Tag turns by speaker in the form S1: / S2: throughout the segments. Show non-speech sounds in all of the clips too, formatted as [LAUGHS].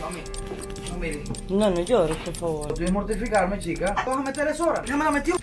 S1: Tommy, no mire.
S2: No, no llores, por favor.
S1: Debes mortificarme, chica. ¿Vas a meter eso ahora? Ya me la metió.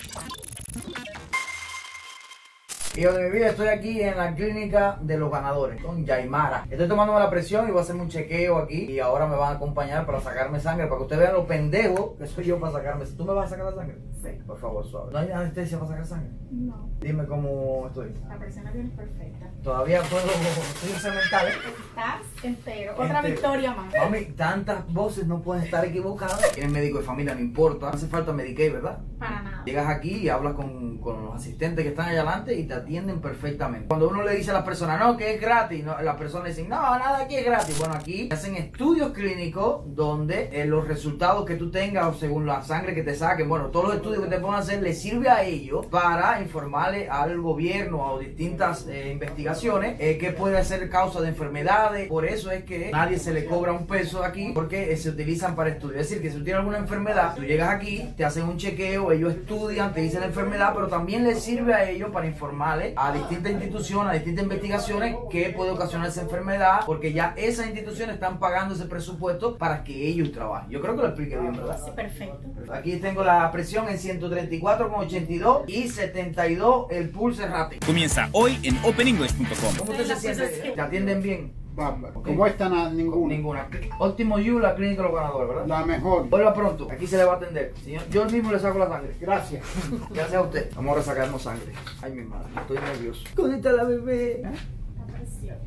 S1: Hijo de mi vida, estoy aquí en la clínica de los ganadores, con Yaimara. Estoy tomándome la presión y voy a hacerme un chequeo aquí. Y ahora me van a acompañar para sacarme sangre, para que ustedes vean lo pendejo que soy yo para sacarme. ¿Tú me vas a sacar la sangre?
S3: Sí.
S1: Por favor, suave. ¿No hay anestesia para sacar sangre?
S3: No,
S1: Dime cómo estoy.
S3: la persona bien perfecta.
S1: Todavía puedo, estoy cemental. ¿eh?
S3: Estás entero. Otra
S1: Entero.
S3: victoria más.
S1: Mami, tantas voces no pueden estar equivocadas. Eres médico de familia, no importa. No hace falta Medicaid, ¿verdad?
S3: Para nada.
S1: Llegas aquí y hablas con, con los asistentes que están allá adelante y te atienden perfectamente. Cuando uno le dice a las personas, no, que es gratis, no, las personas dicen, no, nada aquí es gratis. Bueno, aquí hacen estudios clínicos donde eh, los resultados que tú tengas o según la sangre que te saquen, bueno, todos los estudios que te pongan a hacer les sirve a ellos para informarle al gobierno o distintas eh, investigaciones eh, que puede ser causa de enfermedades. Por eso es que nadie se le cobra un peso aquí porque eh, se utilizan para estudios. Es decir, que si tú tienes alguna enfermedad, tú llegas aquí, te hacen un chequeo, ellos estudian, te dicen la enfermedad, pero también les sirve a ellos para informarles a distintas instituciones, a distintas investigaciones que puede ocasionar esa enfermedad, porque ya esas instituciones están pagando ese presupuesto para que ellos trabajen. Yo creo que lo expliqué bien, ¿verdad?
S3: Sí, perfecto.
S1: Aquí tengo la presión en 134,82 y 72 el pulso rápido.
S4: Comienza hoy en openenglish.com.
S1: ¿Cómo usted se siente? ¿Te atienden bien?
S5: Bárbaro. Como esta na- ninguna.
S1: Ninguna. Óptimo You, la clínica de los ganadores, ¿verdad?
S5: La mejor.
S1: Vuelva pronto, aquí se le va a atender. Señor, yo mismo le saco la sangre.
S5: Gracias.
S1: [LAUGHS] Gracias a usted. Vamos a resacarnos sangre. Ay, mi madre, estoy nervioso. ¿Dónde está la bebé?
S3: Está preciosa.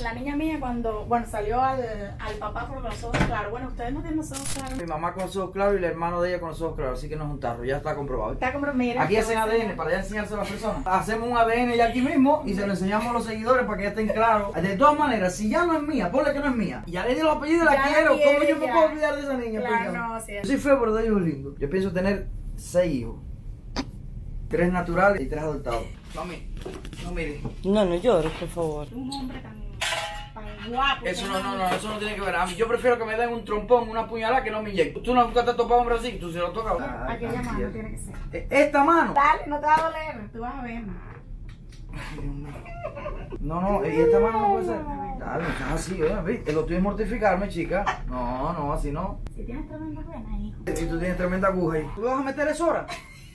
S3: La niña mía cuando, bueno, salió al, al papá por los ojos claros. Bueno, ustedes no tienen los ojos claros.
S1: Mi mamá con los ojos claros y el hermano de ella con los ojos claros, así que no es un tarro, ya está comprobado.
S3: Está como, mira.
S1: Aquí
S3: te
S1: hacen
S3: voy a enseñar.
S1: ADN para ya enseñárselo a las personas. Hacemos un ADN ya aquí mismo y se lo enseñamos a los seguidores para que ya estén claros. De todas maneras, si ya no es mía, ponle que no es mía. Ya le di los apellidos, la
S3: Ya la
S1: quiero. ¿Cómo
S3: quiere,
S1: yo me
S3: ya.
S1: puedo olvidar de esa niña?
S3: Claro,
S1: Explícame.
S3: no, sí.
S1: Yo soy feo, pero doy hijos lindos. Yo pienso tener seis hijos. Tres naturales y tres adoptados. Mami, no mire.
S2: No, no llores, por favor.
S3: Un hombre tan, tan guapo.
S1: Eso
S3: tan
S1: no, no, no,
S3: bonito.
S1: eso no tiene que ver. A mí yo prefiero que me den un trompón, una puñalada que no me inyecten. Tú nunca te has topado a un hombre así, tú se lo tocas.
S3: Aquella mano tiene que ser.
S1: Eh, Esta mano.
S3: Dale, no te va a doler. Tú vas a ver. ma.
S1: No, no, eh, esta mano no puede ser. Dale, no estás así, oye, ¿viste? Lo tuyo es mortificarme, chica. No, no, así no.
S3: Si tienes tremenda buena, hijo.
S1: Y tú tienes tremenda aguja ahí. ¿Tú vas a meter eso ahora?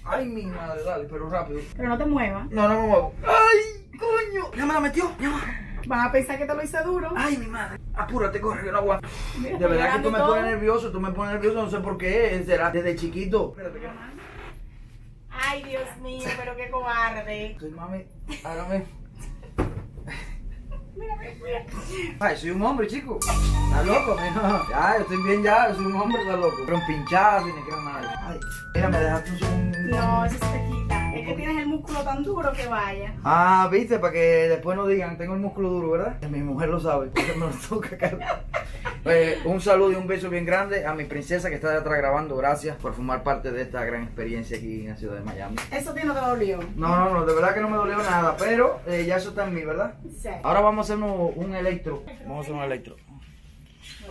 S1: Ay, mi madre, dale, pero rápido.
S3: Pero no te muevas.
S1: No, no me muevo. ¡Ay, coño! Ya me la metió. Ya me-
S3: Vas a pensar que te lo hice duro.
S1: Ay, mi madre. Apúrate, corre, que no aguanto.
S3: Mira,
S1: Ah, De verdad que tú
S3: llorando
S1: me
S3: y todo.
S1: pones nervioso, tú me pones nervioso, no sé por qué. Será desde chiquito. Espérate, que-
S3: Ay, Dios mío, pero qué cobarde.
S1: Soy mami, ahora me.
S3: Mira, mira, mira.
S1: Ay, soy un hombre, chico. Está loco, me Ya, yo estoy bien ya, yo soy un hombre, está loco. Pero un pinchazo y ni creo nada. Ay, mira, me dejaste un.
S3: No, eso se te quita. Es que tienes el músculo tan duro que vaya.
S1: Ah, viste, para que después no digan, tengo el músculo duro, ¿verdad? [LAUGHS] Mi mujer lo sabe, porque me lo [LAUGHS] toca cara. Eh, un saludo y un beso bien grande a mi princesa que está de atrás grabando. Gracias por formar parte de esta gran experiencia aquí en la ciudad de Miami.
S3: Eso a ti no te dolió.
S1: No, no, no, de verdad que no me dolió nada, pero eh, ya eso está en mí, ¿verdad?
S3: Sí.
S1: Ahora vamos a hacernos un electro. Vamos a hacer un electro.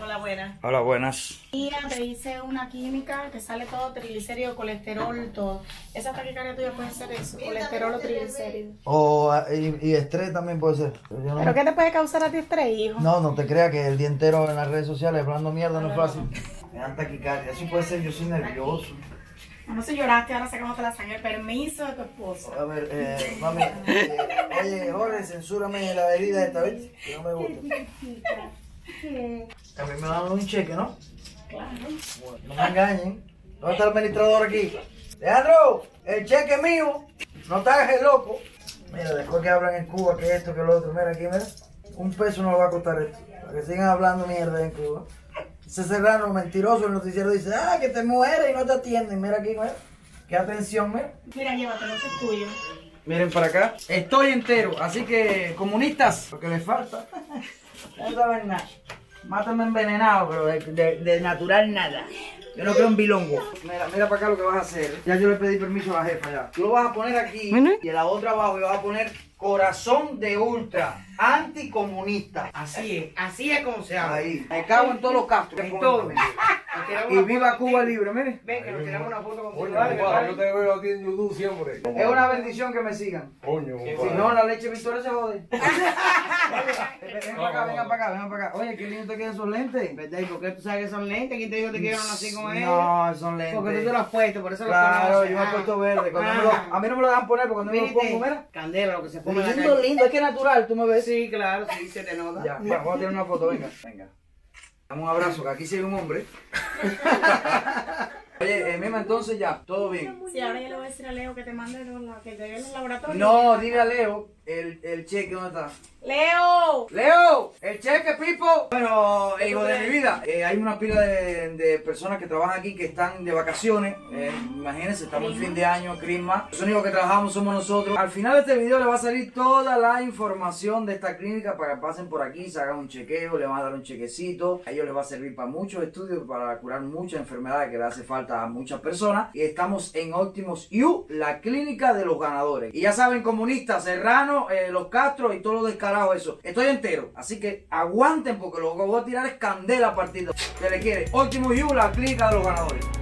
S3: Hola, buena.
S1: Hola, buenas.
S3: Mira, te hice una química que sale todo triglicérido, colesterol, todo. Esa taquicardia tuya puede ser eso, colesterol o triglicéridos.
S1: O, ah, y, y estrés también puede ser. Yo no-
S3: ¿Pero qué te puede causar a ti estrés, hijo?
S1: No, no te creas que el día entero en las redes sociales hablando mierda no es fácil. Me dan taquicardia, eso puede ser, yo soy nervioso.
S3: No sé, lloraste, ahora sacamos la sangre. Permiso de tu esposo.
S1: A ver, eh, mami, eh, oye, Jorge, censúrame la bebida esta vez, que no me gusta. También me dan un cheque, ¿no?
S3: Claro.
S1: Bueno, no me engañen. ¿Dónde está el administrador aquí? Leandro, el cheque es mío. No te hagas el loco. Mira, después que hablan en Cuba, que esto, que lo otro. Mira aquí, mira. Un peso no va a costar esto. Para que sigan hablando mierda en Cuba. Ese serrano mentiroso, el noticiero dice, ah, que te mueres y no te atienden. Mira aquí, mira. Qué atención, mira.
S3: Mira, llévatelo, esto es tuyo.
S1: Miren para acá. Estoy entero, así que comunistas. Lo que les falta. [LAUGHS] No saben nada. Mátame envenenado, pero de, de- de natural nada. Yo no creo en bilongo. Mira, mira para acá lo que vas a hacer. Ya yo le pedí permiso a la jefa ya. Tú lo vas a poner aquí
S2: Bueno.
S1: y en la otra abajo y vas a poner corazón de ultra, anticomunista. Así es, así es como se habla. Ahí. Me cago en todos los castros. En todo. Y viva Cuba Libre, mire.
S6: Ven, que nos tiramos una foto contigo.
S7: Coño,
S6: Dale,
S7: compadre,
S6: dale.
S7: yo te veo aquí en YouTube siempre.
S1: Es una bendición que me sigan.
S7: Coño,
S1: Si
S7: compadre.
S1: no, la leche Victoria se jode. Vengan para acá, vengan para acá, vengan para acá. Oye, qué lindo te quedan esos lentes.
S6: ¿Verdad? ¿Y por qué tú sabes que son lentes? ¿Quién te dijo que te quedaron así como ellos?
S1: Mm, No, son lentes.
S6: Porque tú te los has puesto, por eso
S1: Claro,
S6: los conoces.
S1: yo me he
S6: Ah.
S1: puesto verde. Cuando me
S6: Ah.
S1: lo- a mí no me lo dejan poner porque cuando me lo
S6: Viste,
S1: pongo, mira.
S6: Candela, lo que se pone en la
S1: Lindo,
S6: calle.
S1: lindo, Pues es que es natural, tú me ves.
S6: Sí, claro, sí, se te nota.
S1: Ya, va, vamos a tener una foto, venga. Venga. Dame un abrazo, que aquí se ve un
S6: [LAUGHS]
S1: hombre. Oye, eh, Mima, entonces ya, todo bien.
S3: Sí, ahora yo le voy a decir a Leo que te mande los, la- que te dé los laboratorios.
S1: No, dile a Leo el, el cheque, ¿dónde está?
S3: ¡Leo!
S1: ¡Leo! ¡El cheque, Pipo! Bueno, el hijo de mi vida. eh, hay una pila de, de personas que trabajan aquí que están de vacaciones. eh, imagínense, estamos en fin de año, Crisma. Los únicos que trabajamos somos nosotros. Al final de este video le va a salir toda la información de esta clínica para que pasen por aquí, se hagan un chequeo, le van a dar un chequecito. A ellos les va a servir para muchos estudios, para curar muchas enfermedades que le hace falta a muchas personas. Y estamos en Optimus U, la clínica de los ganadores. Y ya saben, comunistas, Serrano, eh, los Castro y todo lo descarado eso. Estoy entero, así que aguanten porque lo que voy a tirar es candela a partir de... Se le quiere Optimus U, la clínica de los ganadores.